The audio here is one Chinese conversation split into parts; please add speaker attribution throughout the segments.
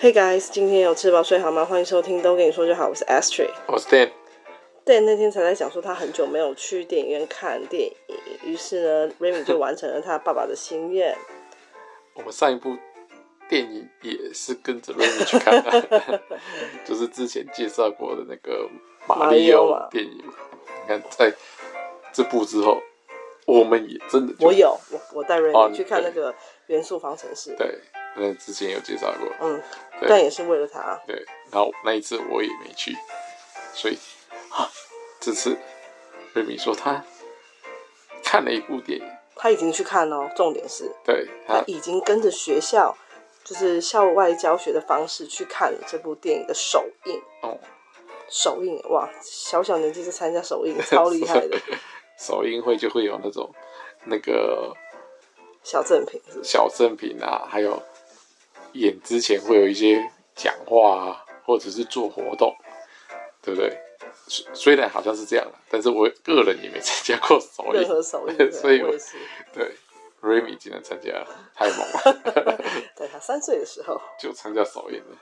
Speaker 1: Hey guys，今天有吃饱睡好吗？欢迎收听，都跟你说就好。我是 Astrid。
Speaker 2: 我是 Dan，
Speaker 1: 对，那天才在讲说他很久没有去电影院看电影，于是呢，Remy 就完成了他爸爸的心愿。
Speaker 2: 我们上一部电影也是跟着 Remy 去看 的，就是之前介绍过的那个《马
Speaker 1: 马
Speaker 2: 里
Speaker 1: 里奥啊嘛
Speaker 2: 奥》电影嘛。你看，在这部之后，我们也真的 就
Speaker 1: 我有，我我带
Speaker 2: 哦
Speaker 1: Remy
Speaker 2: 你
Speaker 1: 去看那个《元素方程式》，
Speaker 2: 对，那之前有介绍过，
Speaker 1: 嗯，
Speaker 2: 对
Speaker 1: 但也是为了他。
Speaker 2: 对，然后那一次我也没去，所以啊，这次 Remy 说他看了一部电影，
Speaker 1: 他已经去看哦，重点是
Speaker 2: 对
Speaker 1: 他
Speaker 2: 他
Speaker 1: 已经跟着学校，就是校外教学的方式去看了这部电影的首映。
Speaker 2: 哦，
Speaker 1: 首映哇，小小年纪就参加首映，超厉 害的
Speaker 2: 首映会就会有那种那个
Speaker 1: 小赠品是不是
Speaker 2: 小赠品啊，还有演之前会有一些讲话啊，或者是做活动，对不对？虽虽然好像是这样啦，但是我个人也没参加过首
Speaker 1: 任何
Speaker 2: 映。
Speaker 1: 首 映，对
Speaker 2: 所以我
Speaker 1: 我也是
Speaker 2: 对，Remy 竟然参加了，太猛了，
Speaker 1: 在他三岁的时候，
Speaker 2: 就参加首映了。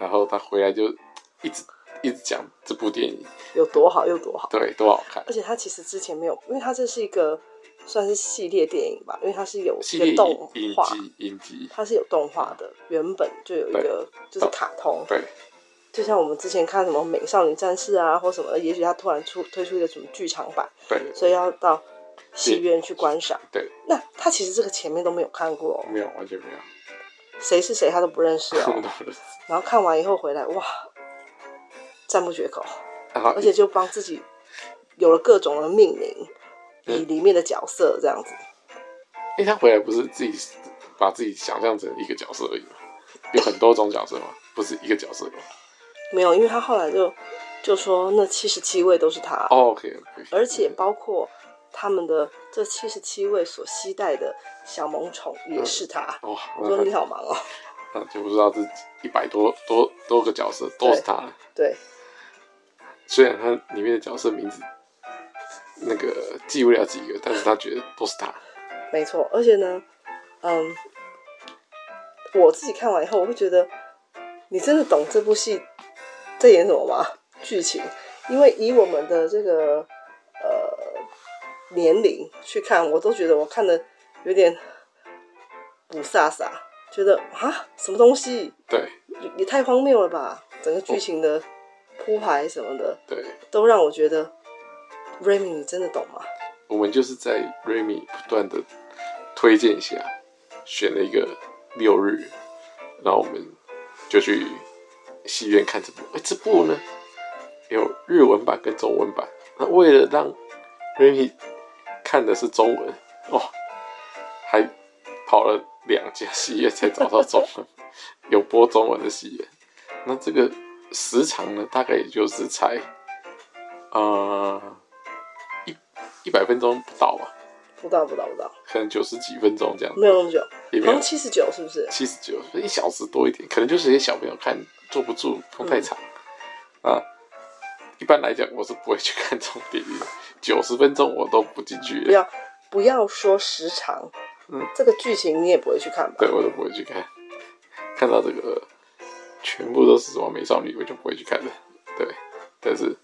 Speaker 2: 然后他回来就一直一直讲这部电影，
Speaker 1: 有多好有多好。
Speaker 2: 对，多好看
Speaker 1: 而。且他其实之前没有，因为他这是一个算是系列电影吧，因为它是有
Speaker 2: 系
Speaker 1: 一
Speaker 2: 列
Speaker 1: 个动
Speaker 2: 影影
Speaker 1: 画，
Speaker 2: 集影集，
Speaker 1: 它是有动画的，原本就有一个就是卡通，
Speaker 2: 对
Speaker 1: 就像我们之前看什么《美少女战士》啊或什么的，也许他突然出推出一个什么剧场版，
Speaker 2: 对
Speaker 1: 所以要到戏院去观赏。
Speaker 2: 对，
Speaker 1: 那他其实这个前面都没有看过、哦，
Speaker 2: 没有完全没有，
Speaker 1: 谁是谁他都不认识
Speaker 2: 看不
Speaker 1: 哦。
Speaker 2: 懂的。
Speaker 1: 然后看完以后回来，哇，赞不绝口，
Speaker 2: 然后
Speaker 1: 而且就帮自己有了各种的命名，以里面的角色这样子。
Speaker 2: 哎、他回来不是自己把自己想象成一个角色而已吗？有很多种角色吗？不是一个角色吗、
Speaker 1: 没有，因为他后来就就说那七十七位都是他，
Speaker 2: 哦 o k OK，
Speaker 1: 而且包括他们的这七十七位所携带的小萌宠也是他。
Speaker 2: 哇，
Speaker 1: 我说
Speaker 2: 那
Speaker 1: 你好忙哦，
Speaker 2: 那就不知道这一百多多多个角色都是他了。
Speaker 1: 对，
Speaker 2: 虽然他里面的角色名字那个记不了几个，但是他觉得都是他。
Speaker 1: 没错，而且呢，嗯，我自己看完以后，我会觉得你真的懂这部戏在演什么吗？剧情，因为以我们的这个呃年龄去看，我都觉得我看的有点不飒飒，觉得啊什么东西
Speaker 2: 对
Speaker 1: 也也太荒谬了吧！整个剧情的铺排什么的，
Speaker 2: 对，
Speaker 1: 都让我觉得 Remy 你真的懂吗？
Speaker 2: 我们就是在 Remy 不断的推荐下，选了一个六日，然后我们就去戏院看这部。哎、这部呢有日文版跟中文版。那为了让 Remy 看的是中文，哦，还跑了两家戏院才找到中文， 有播中文的戏院。那这个时长呢，大概也就是才，呃，一一百分钟不到吧，
Speaker 1: 不到不到不到，
Speaker 2: 可能九十几分钟这样，
Speaker 1: 没有那么久。
Speaker 2: 也没
Speaker 1: 好
Speaker 2: 有
Speaker 1: 像七十九是不是？
Speaker 2: 七十九，一小时多一点，可能就是给小朋友看，坐不住，空太长、
Speaker 1: 嗯
Speaker 2: 啊。一般来讲，我是不会去看这种电影的，九十分钟我都不进去
Speaker 1: 不，要不要说时长，
Speaker 2: 嗯
Speaker 1: 这个剧情你也不会去看吧？
Speaker 2: 对我都不会去看。看到这个全部都是什么美少女，我就不会去看的。对，但是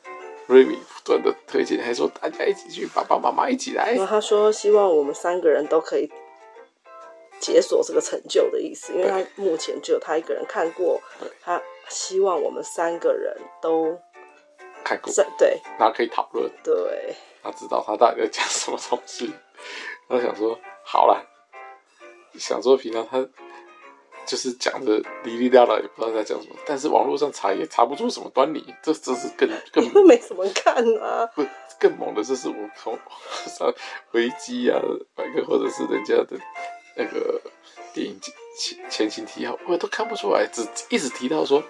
Speaker 2: 瑞米不断的推荐，还说大家一起去，爸爸妈妈一起来
Speaker 1: 然后。他说希望我们三个人都可以解锁这个成就的意思，因为他目前只有他一个人看过
Speaker 2: 对，
Speaker 1: 他希望我们三个人都
Speaker 2: 看过，
Speaker 1: 三对
Speaker 2: 然后可以讨论。
Speaker 1: 对，
Speaker 2: 他知道他到底在讲什么东西。然后想说，好啦，想说平常他就是讲的哩哩啦啦，也不知道在讲什么，但是网络上查也查不出什么端倪，这这是更更
Speaker 1: 因为没什么看啊。
Speaker 2: 不更猛的，就是我从网上维基啊，百科或者是人家的那个电影前前情提要，我都看不出来，只一直提到说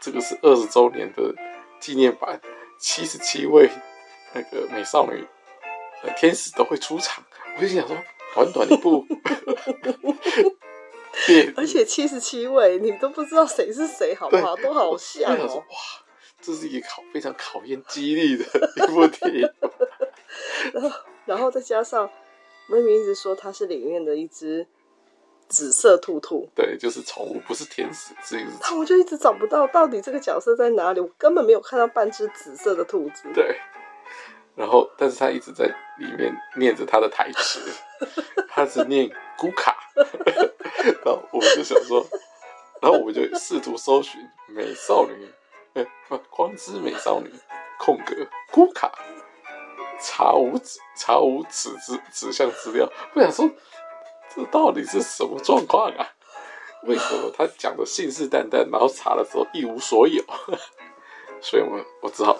Speaker 2: 这个是二十周年的纪念版，七十七位那个美少女、呃、天使都会出场，我就想说，短短一 部电影，
Speaker 1: 而且七十七位，你都不知道谁是谁，好不好？都好像
Speaker 2: 我想说
Speaker 1: 哦。
Speaker 2: 哇。这是一个考非常考验肌力的一部电影，
Speaker 1: 然后再加上瑞米一直说他是里面的一只紫色兔兔，
Speaker 2: 对，就是宠物，不是天使，是一只
Speaker 1: 但我就一直找不到到底这个角色在哪里，我根本没有看到半只紫色的兔子。
Speaker 2: 对。然后，但是他一直在里面念着他的台词， 他只念古卡， 然后我们就想说，然后我们就试图搜寻美少女，呃，不，光之美少女空格古卡，查无此查无此之此项资料，我想说，这到底是什么状况啊？为什么他讲的信誓旦旦，然后查的时候一无所有？ 所以我我只好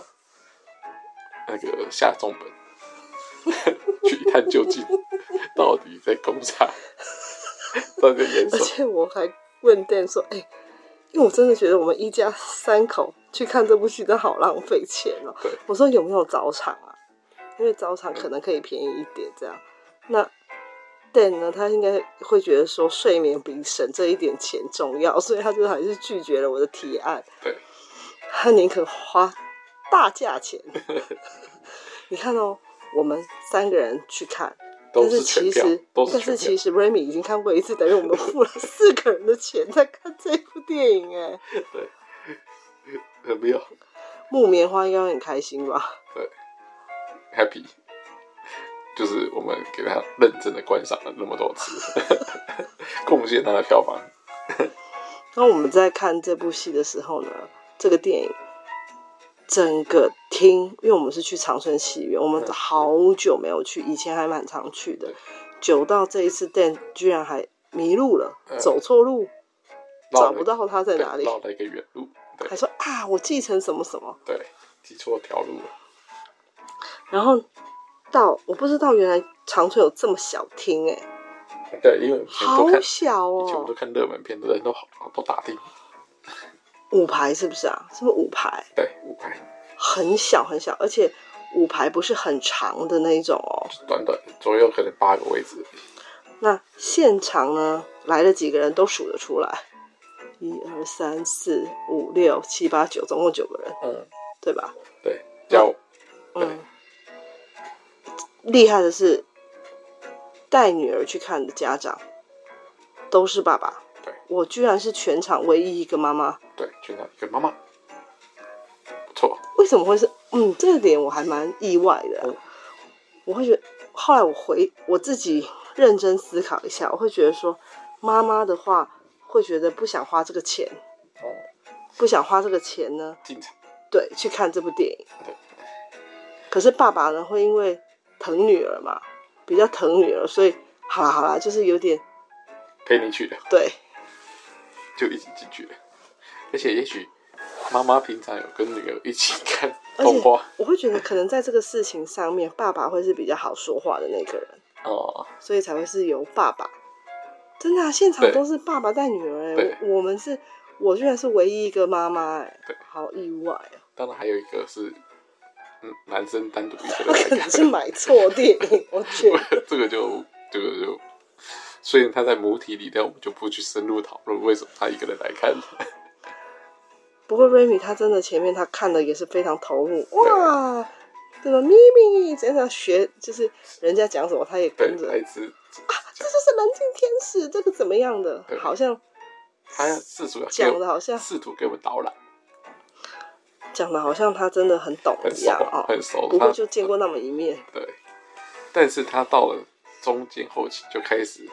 Speaker 2: 那个下重本 去一探究竟，到底在攻啥？到底在演什
Speaker 1: 而
Speaker 2: 么？
Speaker 1: 且我还问 Dan 说：“哎、因为我真的觉得我们一家三口去看这部戏真的好浪费钱哦、
Speaker 2: 对嗯
Speaker 1: 我说有没有早场啊？因为早场可能可以便宜一点这样。那 Dan 呢，他应该会觉得说睡眠比省这一点钱重要，所以他就还是拒绝了我的提案。
Speaker 2: 对，
Speaker 1: 他宁可花大价钱。 你看哦，我们三个人去看，
Speaker 2: 都
Speaker 1: 但是
Speaker 2: 全
Speaker 1: 其
Speaker 2: 票
Speaker 1: 实，，
Speaker 2: 都是
Speaker 1: 但
Speaker 2: 全
Speaker 1: 是其。
Speaker 2: 票
Speaker 1: 实 Remy 已经看过一次，等于我们 付了四个人的钱在看这部电影。哎，
Speaker 2: 很呃没有
Speaker 1: 木棉花应该会很开心吧？
Speaker 2: happy，就是我们给他认真的观赏了那么多次， 贡献他的票房。
Speaker 1: 然后我们在看这部戏的时候呢，这个电影整个厅，因为我们是去长春戏院，我们
Speaker 2: 嗯
Speaker 1: 好久没有去，以前还蛮常去的
Speaker 2: 对，
Speaker 1: 久到这一次 Dan 居然还迷路了，
Speaker 2: 嗯
Speaker 1: 走错路，
Speaker 2: 绕
Speaker 1: 找
Speaker 2: 了
Speaker 1: 不到他在
Speaker 2: 对
Speaker 1: 哪里，
Speaker 2: 绕了一个远路，对
Speaker 1: 还说啊，我继承什么什么。
Speaker 2: 对，记错条路了。
Speaker 1: 然后到我不知道原来长春有这么小厅哎、
Speaker 2: 对，因为我们以前
Speaker 1: 好
Speaker 2: 都看，
Speaker 1: 小
Speaker 2: 以前我们都
Speaker 1: 哦，
Speaker 2: 看热门片的人都好都打听，
Speaker 1: 五排是不是啊？是不是五排？
Speaker 2: 对，五排
Speaker 1: 很小很小，而且五排不是很长的那一种哦。
Speaker 2: 短短左右可能八个位置，
Speaker 1: 那现场呢，来了几个人都数得出来，一二三四五六七八九，总共九个人，
Speaker 2: 嗯，
Speaker 1: 对吧？
Speaker 2: 对，叫对
Speaker 1: 嗯，厉害的是带女儿去看的家长都是爸爸
Speaker 2: 对，
Speaker 1: 我居然是全场唯一一个妈妈。
Speaker 2: 对，全场一个妈妈，不错，
Speaker 1: 为什么会是嗯，这个点我还蛮意外的啊、
Speaker 2: 嗯
Speaker 1: 我会觉得，后来我回我自己认真思考一下，我会觉得说，妈妈的话会觉得不想花这个钱，
Speaker 2: 哦，
Speaker 1: 不想花这个钱呢，
Speaker 2: 进场，
Speaker 1: 对，去看这部电影
Speaker 2: 对。
Speaker 1: 可是爸爸呢，会因为疼女儿嘛，比较疼女儿，所以好啦好啦，就是有点
Speaker 2: 陪你去的。
Speaker 1: 对
Speaker 2: 就一起进去了。而且也许妈妈平常有跟女儿一起看
Speaker 1: 而且
Speaker 2: 动画
Speaker 1: 我会觉得可能在这个事情上面，爸爸会是比较好说话的那个人。
Speaker 2: 哦，
Speaker 1: 所以才会是由爸爸。真的、啊，现场
Speaker 2: 对
Speaker 1: 都是爸爸带女儿哎、
Speaker 2: 对
Speaker 1: 我我们是，我居然是唯一一个妈妈哎
Speaker 2: 对，
Speaker 1: 好意外啊！
Speaker 2: 当然还有一个是嗯男生单独一个
Speaker 1: 我
Speaker 2: 人
Speaker 1: 可
Speaker 2: 来
Speaker 1: 能
Speaker 2: 看，
Speaker 1: 是买错电影，我觉得
Speaker 2: 这个就这个就。虽然他在母体里，但我们就不去深入讨论为什么他一个人来看。
Speaker 1: 不过瑞米他真的前面他看的也是非常投入哇，对吧？咪咪怎样怎样学，就是人家讲什么他也
Speaker 2: 对
Speaker 1: 跟，着，
Speaker 2: 他一直
Speaker 1: 这就是蓝镜天使，这个怎么样的
Speaker 2: 对，
Speaker 1: 好像
Speaker 2: 他要试图要给
Speaker 1: 讲
Speaker 2: 我
Speaker 1: 的好像
Speaker 2: 试图给我们导览，
Speaker 1: 讲的好像他真的很懂
Speaker 2: 很
Speaker 1: 一
Speaker 2: 熟
Speaker 1: 样啊、
Speaker 2: 很熟。
Speaker 1: 不
Speaker 2: 他
Speaker 1: 过就见过那么一面，
Speaker 2: 对，但是他到了中间后期就开始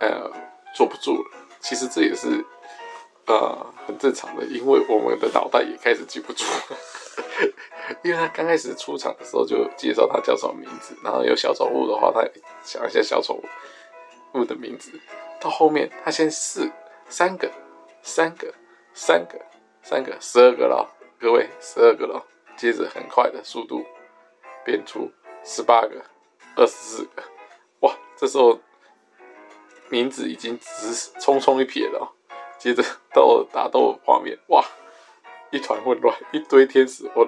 Speaker 2: 呃坐不住了。其实这也是呃很正常的，因为我们的脑袋也开始记不住 了。因为他刚开始出场的时候就介绍他叫什么名字，然后有小宠物的话，他也想一下小宠物的名字。到后面他先四三个，三个，三个，三个，十二个了，各位十二个了。接着很快的速度变出十八个、二十四个，哇！这时候名字已经只是匆匆一瞥了哦。接着到了打斗的画面，哇！一团混乱，一堆天使，我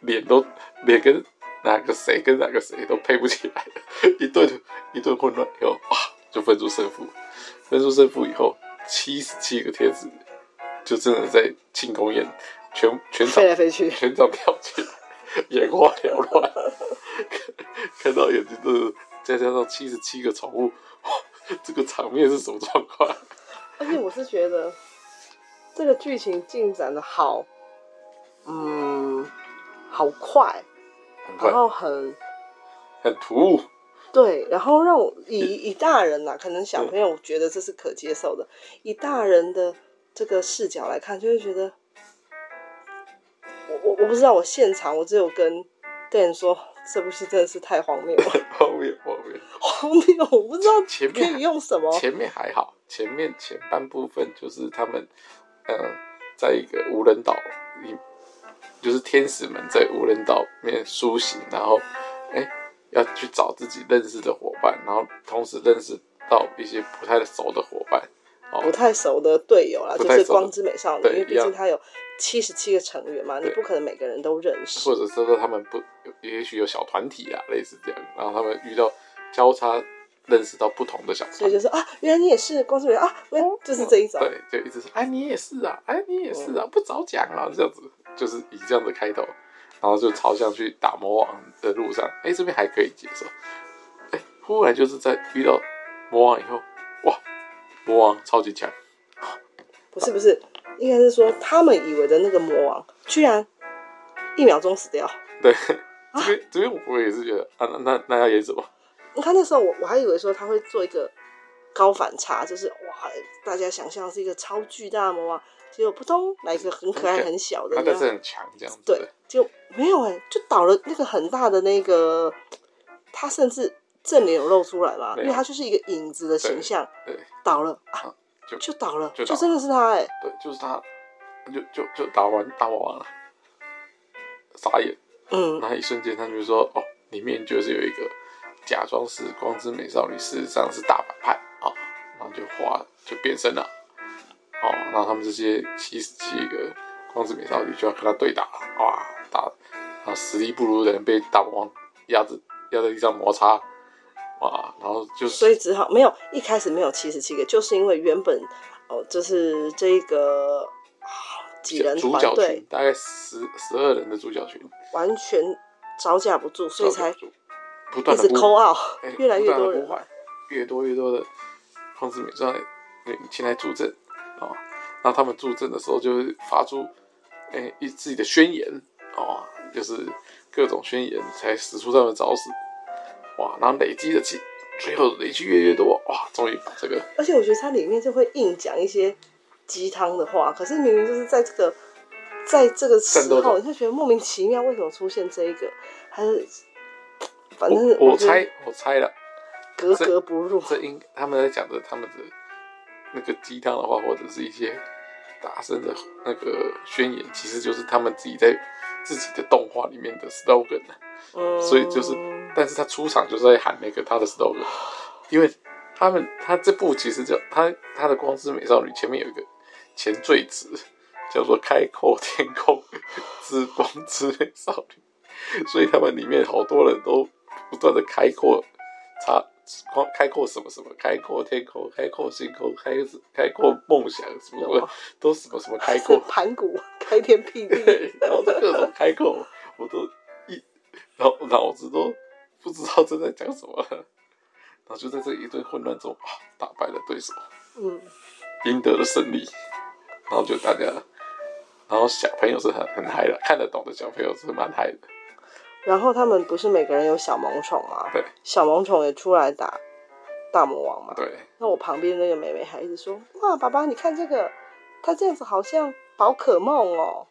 Speaker 2: 脸都脸跟哪个谁跟哪个谁都配不起来，一顿一顿混乱以后，哇，就分出胜负。分出胜负以后，七十七个天使就真的在庆功宴全全场
Speaker 1: 飞来飞去。
Speaker 2: 全场跳起来，眼花缭 乱，看到眼睛都是，再加上七十七个宠物， 这个场面是什么状况？
Speaker 1: 而且我是觉得这个剧情进展的好，嗯，好快，
Speaker 2: 很快
Speaker 1: 然，后很
Speaker 2: 很突兀，
Speaker 1: 对，然后让我以以大人啦，可能小朋友觉得这是可接受的，以大人的这个视角来看，就会觉得，我我我不知道，我现场我只有跟 Dan 说，这部戏真的是太荒谬了，
Speaker 2: 后面后面
Speaker 1: 荒谬，我不知道
Speaker 2: 前
Speaker 1: 可
Speaker 2: 面
Speaker 1: 以用什么，
Speaker 2: 前面还好，前面前半部分就是他们，呃，在一个无人岛里，就是天使们在无人岛里面苏醒，然后，哎、要去找自己认识的伙伴，然后同时认识到一些不太熟的伙伴，哦
Speaker 1: 不，太熟的队友啦，
Speaker 2: 不
Speaker 1: 就
Speaker 2: 太熟
Speaker 1: 是
Speaker 2: 的
Speaker 1: 光之美少女，
Speaker 2: 对
Speaker 1: 因为毕
Speaker 2: 一样
Speaker 1: 竟它有七十七个成员嘛，你
Speaker 2: 对
Speaker 1: 不可能每个人都认识。
Speaker 2: 或者是说他们不，也许有小团体啊，类似这样，然后他们遇到交叉认识到不同的小
Speaker 1: 所以
Speaker 2: 团
Speaker 1: 就
Speaker 2: 体。
Speaker 1: 是啊，原来你也是光之美啊，原来就是这一种。嗯
Speaker 2: 对，就一直说，哎，你也是啊，哎，你也是啊，不早讲啊，这样子，就是以这样的开头，然后就朝向去打魔王的路上，哎，这边还可以接受，哎，忽然就是在遇到魔王以后，哇，魔王超级强，
Speaker 1: 不是不是，应该是说他们以为的那个魔王，居然一秒钟死掉。
Speaker 2: 对，
Speaker 1: 啊
Speaker 2: 这边这边我也是觉得啊，那那那要演什么？
Speaker 1: 你看那时候我我还以为说他会做一个高反差，就是哇，大家想象是一个超巨大的魔王，结果扑通来一个很可爱
Speaker 2: 对
Speaker 1: 很小的
Speaker 2: 他
Speaker 1: 那
Speaker 2: 但
Speaker 1: 样，
Speaker 2: 是很强这样子，
Speaker 1: 对，就没有哎、就倒了那个很大的那个，他甚至正脸有露出来嘛，
Speaker 2: 没有
Speaker 1: 因为他就是一个影子的形象，
Speaker 2: 对对
Speaker 1: 倒了啊
Speaker 2: 啊，就
Speaker 1: 就倒了，
Speaker 2: 就
Speaker 1: 就
Speaker 2: 倒了
Speaker 1: 真的是他哎、
Speaker 2: 对，就是他，就就就打完打完了，傻眼。
Speaker 1: 嗯，
Speaker 2: 那一瞬间，他就说：“哦，里面就是有一个假装是光之美少女，事实上是大反派啊。哦”然后就化就变身了，哦，然后他们这些七十七个光之美少女就要跟他对打了，哇，打啊实力不如人被大魔王压着压在地上摩擦，哇，然后就
Speaker 1: 所
Speaker 2: 是
Speaker 1: 以只好没有一开始没有七十七个，就是因为原本哦，就是这个、啊几人
Speaker 2: 主
Speaker 1: 团
Speaker 2: 角
Speaker 1: 队
Speaker 2: 群大概十十二人的主角群，
Speaker 1: 完全招架不住，所以才一
Speaker 2: 不断的
Speaker 1: 直抠奥
Speaker 2: 哎，
Speaker 1: 越来越多
Speaker 2: 不断地呼
Speaker 1: 人。
Speaker 2: 唤越多越多的光之美少女前来助阵哦。那他们助阵的时候，就会发出哎、一自己的宣言哦，就是各种宣言才使出他们的招式哇。然后累积的起，最后累积越来越多哇，终于把这个
Speaker 1: 而且我觉得它里面就会硬讲一些鸡汤的话，可是明明就是在这个在这个时
Speaker 2: 战斗
Speaker 1: 候，
Speaker 2: 中
Speaker 1: 你就觉得莫名其妙，为什么出现这一个？还是反正是
Speaker 2: 我我
Speaker 1: 觉得
Speaker 2: 猜我猜了，
Speaker 1: 格格不入。
Speaker 2: 这应他们在讲的他们的那个鸡汤的话，或者是一些大声的那个宣言，其实就是他们自己在自己的动画里面的 slogan 啊
Speaker 1: 嗯，
Speaker 2: 所以就是，但是他出场就是在喊那个他的 slogan，因为他们他这部其实叫他他的《光之美少女》前面有一个前缀词叫做“开阔天空之光之美少女”，所以他们里面好多人都不断的开阔差。光开阔什么什么，开阔天空，开阔星空，开开阔梦想，什么什
Speaker 1: 有
Speaker 2: 么
Speaker 1: 啊
Speaker 2: 都什么什么开
Speaker 1: 是
Speaker 2: 阔，
Speaker 1: 盘古开天辟 地，
Speaker 2: 对，然后就各种开口，我都一，然后脑子都不知道正在讲什么了，然后就在这一顿混乱中啊，打败了对手，
Speaker 1: 嗯，
Speaker 2: 赢得了胜利，然后就大家，然后小朋友是很很嗨的，看得懂的小朋友是蛮嗨的，
Speaker 1: 然后他们不是每个人有小萌宠吗？
Speaker 2: 对
Speaker 1: 小萌宠也出来打大魔王嘛。
Speaker 2: 对，
Speaker 1: 那我旁边那个妹妹还一直说：“哇，爸爸，你看这个，她这样子好像宝可梦哦。”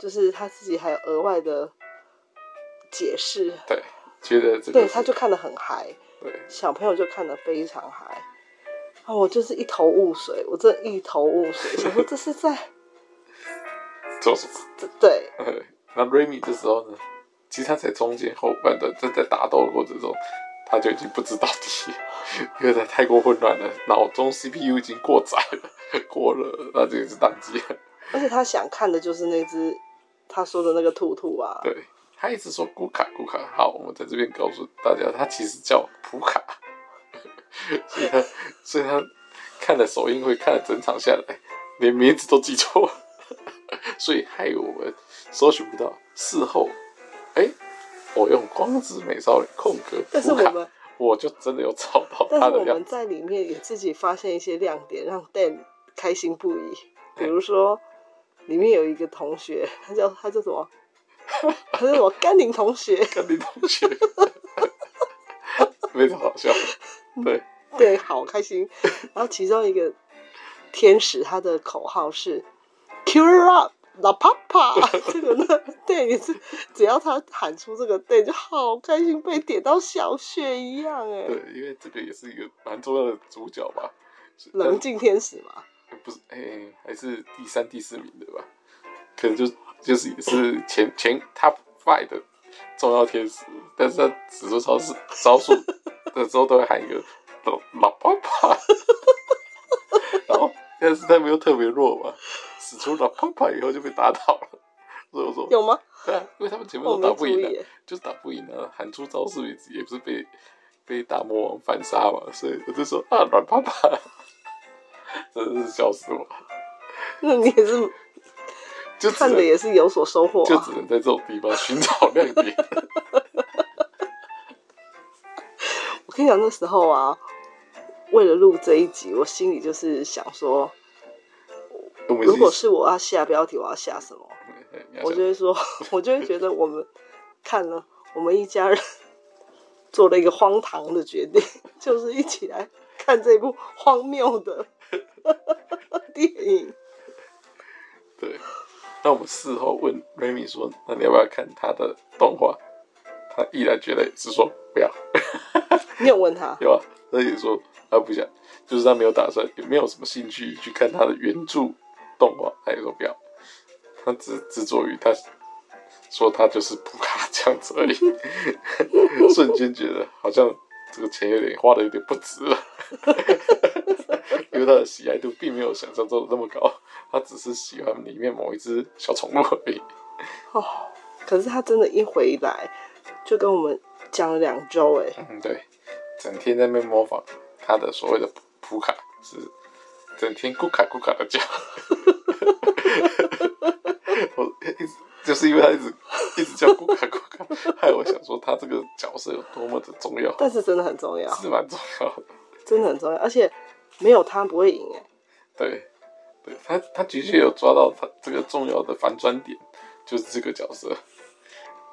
Speaker 1: 就是她自己还有额外的解释，
Speaker 2: 觉得这
Speaker 1: 对，
Speaker 2: 个
Speaker 1: 她
Speaker 2: 是
Speaker 1: 就看得很嗨，
Speaker 2: 对，
Speaker 1: 小朋友就看得非常嗨。啊，我就是一头雾水，我真的一头雾水，想说这是在
Speaker 2: 做什么？
Speaker 1: 这对，
Speaker 2: 对，那瑞米这时候呢，其实他在中间后半段正在打斗的过程中，他就已经不知道底，因为他太过混乱了，脑中 CPU 已经过载了，过热，那这个是宕机了。
Speaker 1: 而且她想看的就是那只她说的那个兔兔啊，
Speaker 2: 对，他一直说古卡古卡，好，我们在这边告诉大家，他其实叫普卡， 所以他所以他看了首映会，看了整场下来，连名字都记错， 所以害我们搜寻不到。事后，哎、我用光之美少女空格
Speaker 1: 但是
Speaker 2: 普
Speaker 1: 我
Speaker 2: 卡，
Speaker 1: 们
Speaker 2: 我就真的有找到
Speaker 1: 但
Speaker 2: 他
Speaker 1: 是
Speaker 2: 的
Speaker 1: 我
Speaker 2: 样
Speaker 1: 们
Speaker 2: 子。
Speaker 1: 在里面也自己发现一些亮点，让 Dan 开心不已。比
Speaker 2: 对
Speaker 1: 如说，里面有一个同学，他叫他叫什 么？他叫什么？甘宁同学。
Speaker 2: 跟你同学， 非常好笑。对，
Speaker 1: 对，好开心。然后其中一个天使，他的口号是 “Cure Up”。老爸爸， 这个呢，对，也是，只要他喊出这个，对，就好开心，被点到小穴一样，哎，
Speaker 2: 对，因为这个也是一个蛮重要的主角吧。是
Speaker 1: 冷静天使嘛，
Speaker 2: 但不是，哎、还是第三、第四名的吧？可能就就是也是前前 top five 的重要天使，但是他指数超市招数的时候都会喊一个老老爸爸，然后但是他没有特别弱嘛，使出老爸爸以后就被打倒了，所以我说
Speaker 1: 有吗？
Speaker 2: 对啊， 因为他们前面
Speaker 1: 我
Speaker 2: 都
Speaker 1: 没
Speaker 2: 打
Speaker 1: 注
Speaker 2: 不赢
Speaker 1: 意
Speaker 2: 啊，
Speaker 1: 耶，
Speaker 2: 就是打不赢啊，喊出招式也也不是被被大魔王反杀嘛，所以我就说啊，软爸 爸，真的是笑死我，
Speaker 1: 那你也是
Speaker 2: 就只
Speaker 1: 看的
Speaker 2: 能
Speaker 1: 也是有所收获、
Speaker 2: 就
Speaker 1: 啊
Speaker 2: 只。能在这种地方 寻找亮 点。
Speaker 1: 我跟你讲，那时候啊，为了录这一集，我心里就是想说，
Speaker 2: 我们
Speaker 1: 如果
Speaker 2: 是
Speaker 1: 是我要下标题，我要下什么？
Speaker 2: 你要
Speaker 1: 我
Speaker 2: 想
Speaker 1: 就会说， 我就会觉得我们看了，我们一家人做了一个荒唐的决定， 就是一起来看这部荒谬的 电影。
Speaker 2: 对，那我们事后问 Remy 说，那你要不要看他的动画？他毅然决然是说不要，
Speaker 1: 你有问他？
Speaker 2: 对吧？他也说他不想，就是他没有打算，也没有什么兴趣去看他的原著动画，他也说不要，他只执着于他说他就是不卡这样子而已， 瞬间觉得好像这个钱有点花的有点不值了。因为他的喜爱度并没有想象中的那么高，他只是喜欢里面某一只小宠物而已。
Speaker 1: 哦，可是他真的，一回来就跟我们讲了两周，哎，
Speaker 2: 嗯，对，整天在那边模仿他的所谓的普卡，是整天咕卡咕卡的叫。 我一直就是因为他一直一直叫咕卡咕卡，害我想说他这个角色有多么的重要，
Speaker 1: 但是真的很重要，
Speaker 2: 是蛮重要的。
Speaker 1: 真的很重要，而且没有他不会赢，哎。
Speaker 2: 对，对他他的确有抓到他这个重要的反转点，就是这个角色。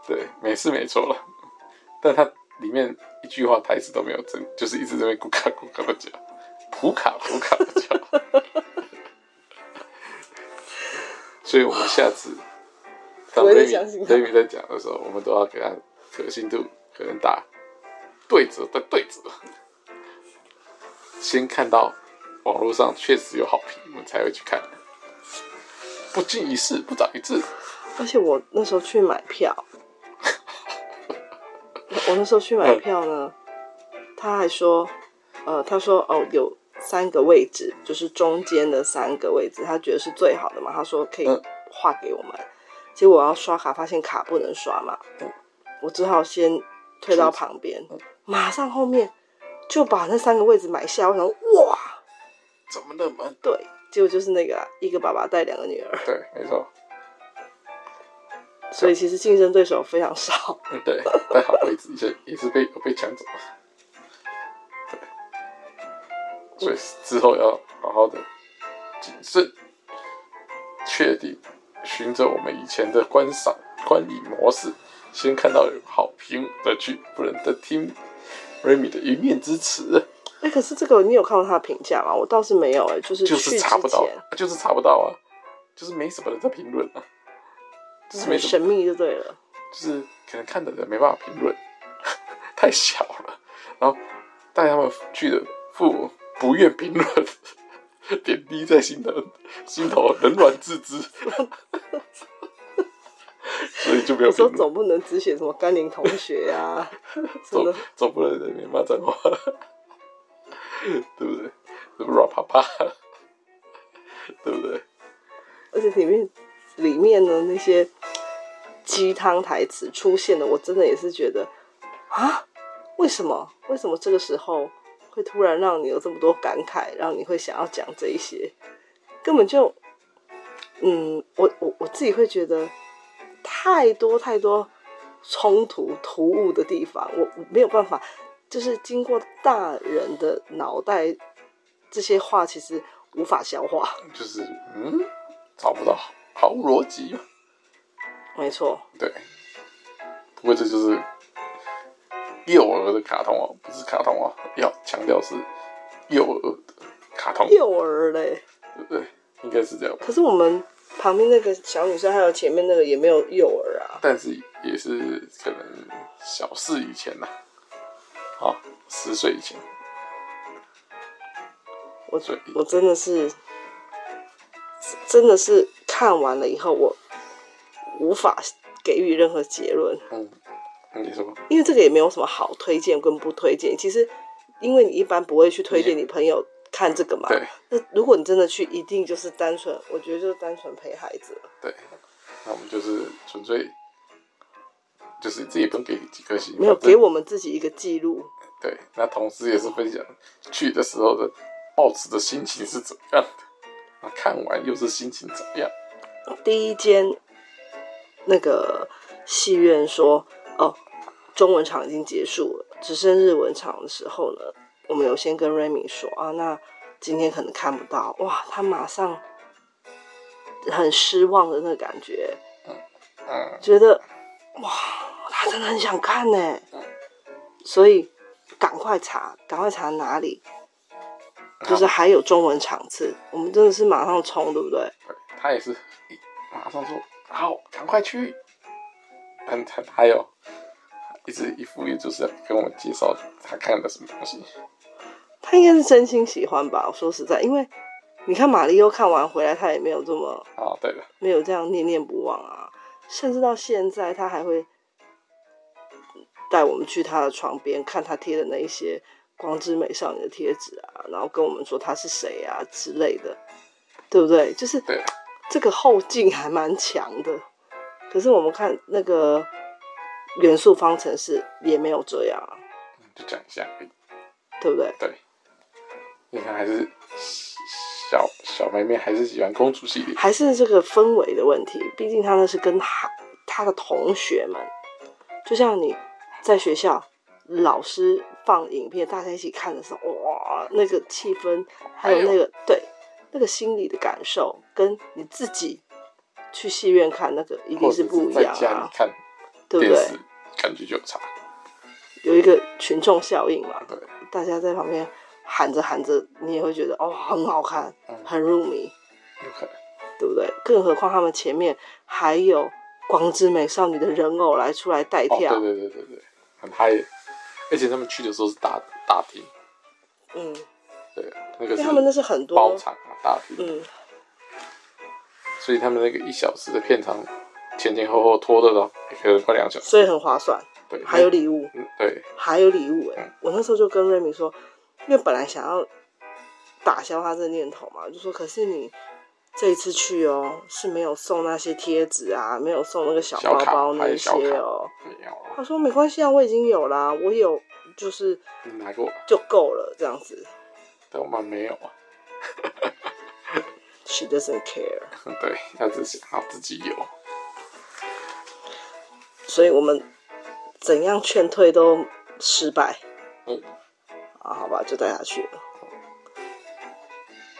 Speaker 2: 对，没事没错了， 但他里面一句话台词都没有真，就是一直在那边咕卡咕卡的讲，普卡普卡的讲。所以我们下次当
Speaker 1: 我也
Speaker 2: Remy
Speaker 1: 相信他
Speaker 2: Remy 在讲的时候，我们都要给他可信度可能打对折再对折。先看到网络上确实有好评，我们才会去看。不经一事不长一智，
Speaker 1: 而且我那时候去买票，我那时候去买票呢，他还说，呃，他说哦有三个位置，就是中间的三个位置，他觉得是最好的嘛，他说可以
Speaker 2: 嗯
Speaker 1: 划给我们。结果我要刷卡，发现卡不能刷嘛，我只好先退到旁边，马上后面就把那三个位置买下。我想说哇，
Speaker 2: 怎么那么
Speaker 1: 对，结果就是那个啊、一个爸爸带两个女儿，
Speaker 2: 对？没错，
Speaker 1: 所以其实竞争对手非常少。
Speaker 2: 嗯，对，但好位置也是也是被有被抢走了。对，所以之后要好好的谨慎，确定，循着我们以前的观赏观影模式，先看到有好评再去，不能再听 Remy 的一面之词。
Speaker 1: 哎、可是这个你有看到他的评价吗？我倒是没有哎、就是去
Speaker 2: 就
Speaker 1: 之
Speaker 2: 是
Speaker 1: 前
Speaker 2: 查不到，就是查不到啊，就是没什么人在评论啊，就是没
Speaker 1: 很
Speaker 2: 什
Speaker 1: 神
Speaker 2: 么，
Speaker 1: 秘就对了。
Speaker 2: 就是可能看的人没办法评论，太小了。然后带他们去的父母不愿评论，点滴在心头，心头冷暖自知，所以就没有
Speaker 1: 你说
Speaker 2: 评论。
Speaker 1: 总不能只写什么甘霖同学呀、啊，真
Speaker 2: 总
Speaker 1: 的
Speaker 2: 总不能在那边骂脏话，对不对？什么软啪啪，对不对？
Speaker 1: 而且里面里面呢那些鸡汤台词出现的，我真的也是觉得啊，为什么为什么这个时候会突然让你有这么多感慨，让你会想要讲这一些，根本就，嗯，我我我自己会觉得太多太多冲突突兀的地方，我我没有办法就是经过大人的脑袋，这些话其实无法消化。
Speaker 2: 就是嗯，找不到毫无逻辑哦嘛。
Speaker 1: 没错，
Speaker 2: 对，不过这就是幼儿的卡通哦，不是卡通哦，要强调是幼儿的卡通，对
Speaker 1: 幼儿嘞。
Speaker 2: 不对？应该是这样吧。
Speaker 1: 可是我们旁边那个小女生，还有前面那个也没有幼儿啊。
Speaker 2: 但是也是可能小四以前呐、啊，十岁以前，
Speaker 1: 我
Speaker 2: 所以
Speaker 1: 我真的是，真的是看完了以后，我无法给予任何结论，
Speaker 2: 嗯，你说吧，
Speaker 1: 因为这个也没有什么好推荐跟不推荐。其实，因为你一般不会去推荐你朋友看这个嘛。
Speaker 2: 对
Speaker 1: 那如果你真的去，一定就是单纯，我觉得就是单纯陪孩子了，
Speaker 2: 对，那我们就是纯粹，就是自己不用给几颗星，
Speaker 1: 没有
Speaker 2: 反正
Speaker 1: 给我们自己一个记录。
Speaker 2: 对，那同时也是分享去的时候的抱持的心情是怎么样的，那看完又是心情怎么样？
Speaker 1: 第一间那个戏院说，哦，中文场已经结束了，只剩日文场的时候呢，我们有先跟 Remy 说啊，那今天可能看不到，哇，他马上很失望的那个感觉，
Speaker 2: 嗯，
Speaker 1: 觉得哇，他真的很想看呢，所以赶快查，赶快查哪里，就是
Speaker 2: 好
Speaker 1: 还有中文场次，我们真的是马上冲，对不对？
Speaker 2: 对他也是马上说好，赶快去。 但他还有一直一副就是要跟我们介绍他看了什么东西，
Speaker 1: 他应该是真心喜欢吧。我说实在，因为你看马里奥看完回来，他也没有这么
Speaker 2: 哦，对了，
Speaker 1: 没有这样念念不忘啊，甚至到现在他还会带我们去他的床边看他贴的那一些光之美少女的贴纸啊，然后跟我们说他是谁啊之类的，对不对？就是
Speaker 2: 对
Speaker 1: 这个后劲还蛮强的。可是我们看那个元素方程式也没有这样啊，
Speaker 2: 就讲一下而已。
Speaker 1: 对不对？
Speaker 2: 对，你看还是小小妹妹还是喜欢公主系列，
Speaker 1: 还是这个氛围的问题。毕竟他那是跟他他的同学们，就像你在学校老师放影片，大家一起看的时候，哇，那个气氛，还
Speaker 2: 哎
Speaker 1: 有那个对那个心理的感受，跟你自己去戏院看那个一
Speaker 2: 或
Speaker 1: 定
Speaker 2: 者
Speaker 1: 不
Speaker 2: 是
Speaker 1: 一
Speaker 2: 在
Speaker 1: 样
Speaker 2: 家里
Speaker 1: 啊，
Speaker 2: 看
Speaker 1: 对不
Speaker 2: 电
Speaker 1: 对？
Speaker 2: 视，感觉就有差。
Speaker 1: 有一个群众效应嘛，
Speaker 2: 对，
Speaker 1: 大家在旁边喊着喊着，你也会觉得哦，很好看
Speaker 2: 嗯，
Speaker 1: 很入迷。
Speaker 2: 有可能。
Speaker 1: 对不对？更何况他们前面还有光之美少女的人偶来出来代
Speaker 2: 哦，对
Speaker 1: 跳，
Speaker 2: 对对对对，很嗨耶，而且他们去的时候是大大厅，
Speaker 1: 嗯，
Speaker 2: 对，那个
Speaker 1: 因为
Speaker 2: 是
Speaker 1: 他们那是很
Speaker 2: 包
Speaker 1: 多，
Speaker 2: 场啊，大厅，
Speaker 1: 嗯，
Speaker 2: 所以他们那个一小时的片长前前后后拖了到可能快两小时，
Speaker 1: 所以很划算，
Speaker 2: 对，
Speaker 1: 还有礼物，
Speaker 2: 嗯对，
Speaker 1: 还有礼物、欸。
Speaker 2: 嗯
Speaker 1: 我那时候就跟瑞米说，因为本来想要打消他这个念头嘛，就说可是你。这一次去哦，是没有送那些贴纸啊，没有送那个小
Speaker 2: 小
Speaker 1: 包
Speaker 2: 卡
Speaker 1: 包
Speaker 2: 还
Speaker 1: 那
Speaker 2: 有
Speaker 1: 些
Speaker 2: 小卡
Speaker 1: 哦。
Speaker 2: 没有啊，
Speaker 1: 他说没关系啊，我已经有啦，我有就是
Speaker 2: 你拿过，
Speaker 1: 就够了这样子。
Speaker 2: 但我们没有啊，
Speaker 1: She doesn't care。
Speaker 2: 对，他只想要自己有，
Speaker 1: 所以我们怎样劝退都失败
Speaker 2: 嗯，
Speaker 1: 啊，好吧，就带他去了。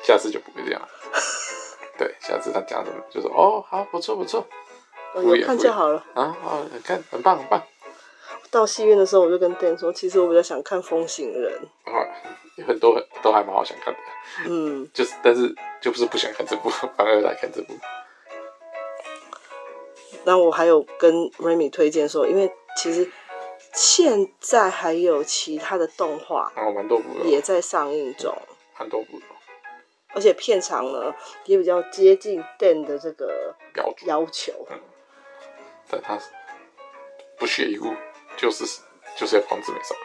Speaker 2: 下次就不会 这样了，对，下次他讲什么就说哦，好，不错不错
Speaker 1: 呃
Speaker 2: 敷衍
Speaker 1: 有看就好了。
Speaker 2: 啊，好，很看很棒很棒，
Speaker 1: 到戏院的时候，我就跟 Dan 说，其实我比较想看《风行人》。
Speaker 2: 啊，有很多都还蛮好想看的。
Speaker 1: 嗯，
Speaker 2: 就是，但是就不是不想看这部，反而来看这部。
Speaker 1: 那我还有跟 Remy 推荐说，因为其实现在还有其他的动画
Speaker 2: 然后蛮多部的
Speaker 1: 也
Speaker 2: 哦，
Speaker 1: 在上映中，
Speaker 2: 蛮多部的哦
Speaker 1: 而且片长呢也比较接近 Dan 的这个
Speaker 2: 标准，
Speaker 1: 要求。
Speaker 2: 但他是不屑一顾，就是就是要光之美少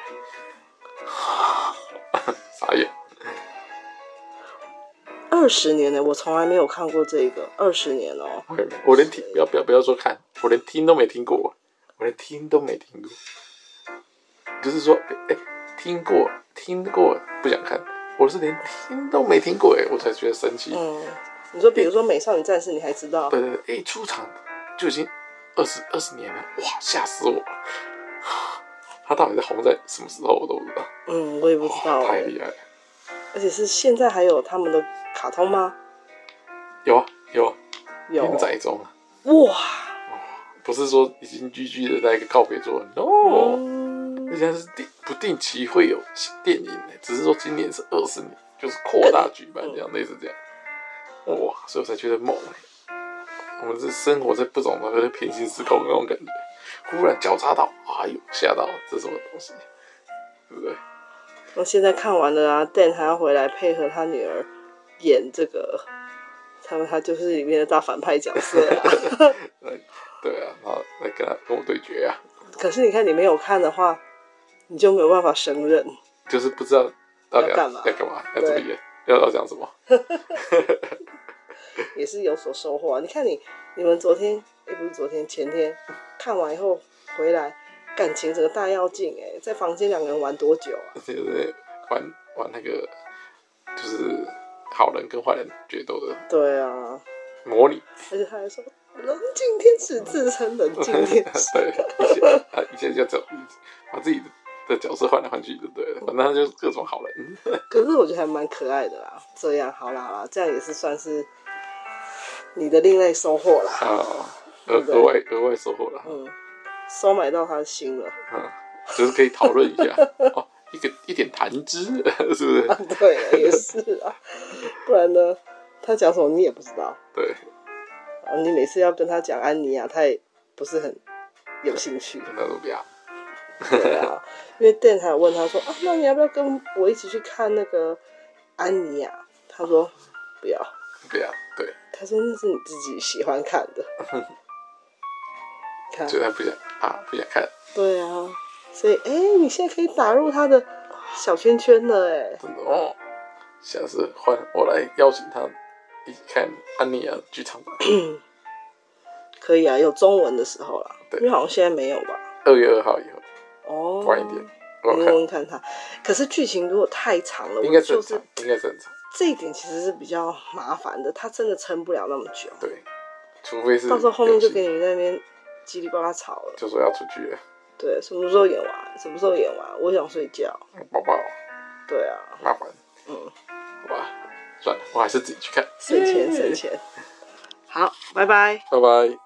Speaker 2: 女， 傻眼。
Speaker 1: 二十年呢，我从来没有看过这个，二十年哦、
Speaker 2: 我也没，我连听不要不要不要说看，我连听都没听过，我连听都没听过。就是说，哎、哎听过听过不想看，我是连听都没听过哎、我才觉得神奇。
Speaker 1: 嗯，你说比如说《美少女战士》，你还知道？
Speaker 2: 对对对，一出场就已经二十二十年了，哇，吓死我了！ 他到底在红在什么时候我都不知道，
Speaker 1: 嗯，我也不知道
Speaker 2: 哇太
Speaker 1: 哎、
Speaker 2: 厉害了。
Speaker 1: 而且是现在还有他们的卡通吗？
Speaker 2: 有啊有啊，
Speaker 1: 有
Speaker 2: 连载中啊，
Speaker 1: 哇，
Speaker 2: 不是说已经 GG 的那一个告别作，no，、
Speaker 1: 嗯
Speaker 2: 人家是定不定期会有新电影的，只是说今年是二十年，就是扩大举办这样，类似这样。
Speaker 1: 嗯
Speaker 2: 哇，所以我才觉得猛欸我们是生活在不同的平行时空那种感觉，忽然交叉到，哎呦，吓到，这什么东西？对不对？
Speaker 1: 那现在看完了啊，Dan 还要回来配合他女儿演这个，他们他就是里面的大反派角色、 啊。
Speaker 2: 对啊，然后来跟他跟我对决啊，
Speaker 1: 可是你看你没有看的话，你就没有办法胜任。
Speaker 2: 就是不知道到底
Speaker 1: 要干嘛
Speaker 2: 要干嘛，要怎么演，要要讲什么。
Speaker 1: 也是有所收获、啊。你看你你们昨天也不是昨天前天看完以后回来，感情整个大要进哎、在房间两个人玩多久啊？
Speaker 2: 就是玩玩那个，就是好人跟坏人决斗的
Speaker 1: 对啊，
Speaker 2: 模拟。
Speaker 1: 而且他还说冷静天使自称冷静天使，
Speaker 2: 对，以前啊，以前就走，把自己的角色换来换去的，对了，反正他就是各种好人。
Speaker 1: 可是我觉得还蛮可爱的啦。这样好啦好啦，这样也是算是你的另类收获啦。
Speaker 2: 啊，额额外额外收获了，
Speaker 1: 嗯，收买到他的心了。
Speaker 2: 嗯，就是可以讨论一下哦，一个一点谈资，是不是？
Speaker 1: 对了，也是啊，不然呢，他讲什么你也不知道。
Speaker 2: 对，，
Speaker 1: 啊，你每次要跟他讲安妮啊亚，他也不是很有兴趣
Speaker 2: 那都不要。
Speaker 1: 对啊，因为 Dan 还有问他说啊，那你要不要跟我一起去看那个安妮亚？他说不要，
Speaker 2: 对啊，对，
Speaker 1: 他说那是你自己喜欢看 的，看
Speaker 2: 所以他不想啊，不想看，
Speaker 1: 对啊，所以哎、你现在可以打入他的小圈圈了哎、
Speaker 2: 真的哦。下次换我来邀请他一起看安妮亚剧场版。
Speaker 1: 可以啊，有中文的时候啦，
Speaker 2: 对
Speaker 1: 因为好像现在没有吧？
Speaker 2: 二月二号以后
Speaker 1: 哦，
Speaker 2: 晚一点，，我
Speaker 1: 问
Speaker 2: 看
Speaker 1: 问看他。可是剧情如果太长了，
Speaker 2: 应该
Speaker 1: 我
Speaker 2: 正
Speaker 1: 就是
Speaker 2: 常，应该正常。
Speaker 1: 这一点其实是比较麻烦的，他真的撑不了那么久，
Speaker 2: 对，除非是
Speaker 1: 到时候后面就
Speaker 2: 游戏
Speaker 1: 给你在那边叽里呱啦吵了。
Speaker 2: 就说要出去了，
Speaker 1: 对，什么时候演完？什么时候演完？我想睡觉。
Speaker 2: 宝宝
Speaker 1: 对啊，
Speaker 2: 麻烦，
Speaker 1: 嗯，
Speaker 2: 好吧，算了，我还是自己去看，
Speaker 1: 省钱省钱。好，拜拜。
Speaker 2: 拜拜。